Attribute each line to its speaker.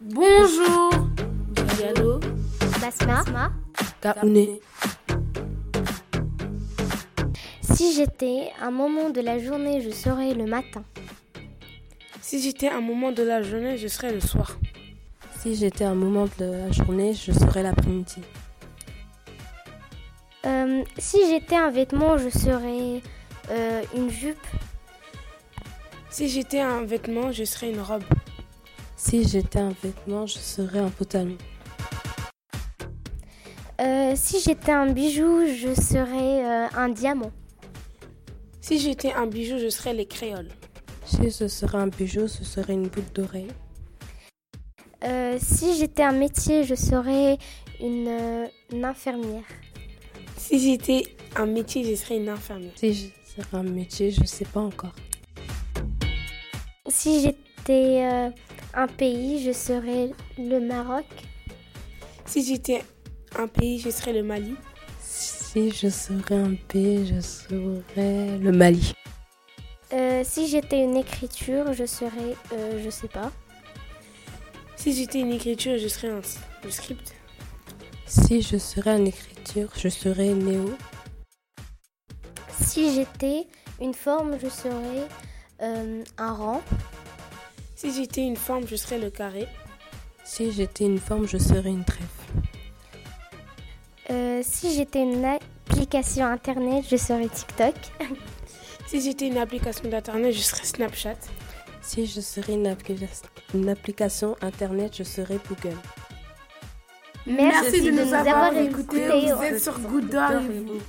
Speaker 1: Bonjour Diallo
Speaker 2: Basma.
Speaker 1: Taouné
Speaker 2: Si j'étais un moment de la journée, je serais le matin.
Speaker 1: Si j'étais un moment de la journée, je serais le soir.
Speaker 3: Si j'étais un moment de la journée, je serais l'après-midi.
Speaker 2: Euh, si j'étais un vêtement, je serais euh, une jupe.
Speaker 1: Si j'étais un vêtement, je serais une robe.
Speaker 3: Si j'étais un vêtement, je serais un pantalon.
Speaker 2: Euh, si j'étais un bijou, je serais euh, un diamant.
Speaker 1: Si j'étais un bijou, je serais les créoles.
Speaker 3: Si ce serait un bijou, ce serait une boule d'oreille.
Speaker 2: Euh, si j'étais un métier, je serais une, euh, une infirmière.
Speaker 1: Si j'étais un métier, je serais une infirmière.
Speaker 3: Si je serais un métier, je sais pas encore.
Speaker 2: Si j'étais euh, un pays, je serais le Maroc.
Speaker 1: Si j'étais un pays, je serais le Mali.
Speaker 3: Si je serais un pays, je serais le Mali.
Speaker 2: Euh, si j'étais une écriture, je serais, euh, je sais pas.
Speaker 1: Si j'étais une écriture, je serais un, le script.
Speaker 3: Si je serais une écriture, je serais néo.
Speaker 2: Si j'étais une forme, je serais euh, un rang.
Speaker 1: Si j'étais une forme, je serais le carré.
Speaker 3: Si j'étais une forme, je serais une trèfle.
Speaker 2: Euh, si j'étais une application internet, je serais TikTok.
Speaker 1: Si j'étais une application d'internet, je serais Snapchat.
Speaker 3: Si je serais une, applica- une application internet, je serais Google.
Speaker 2: Merci,
Speaker 1: Ah,
Speaker 4: Merci de nous avoir écoutés. Vous êtes sur Good Dog.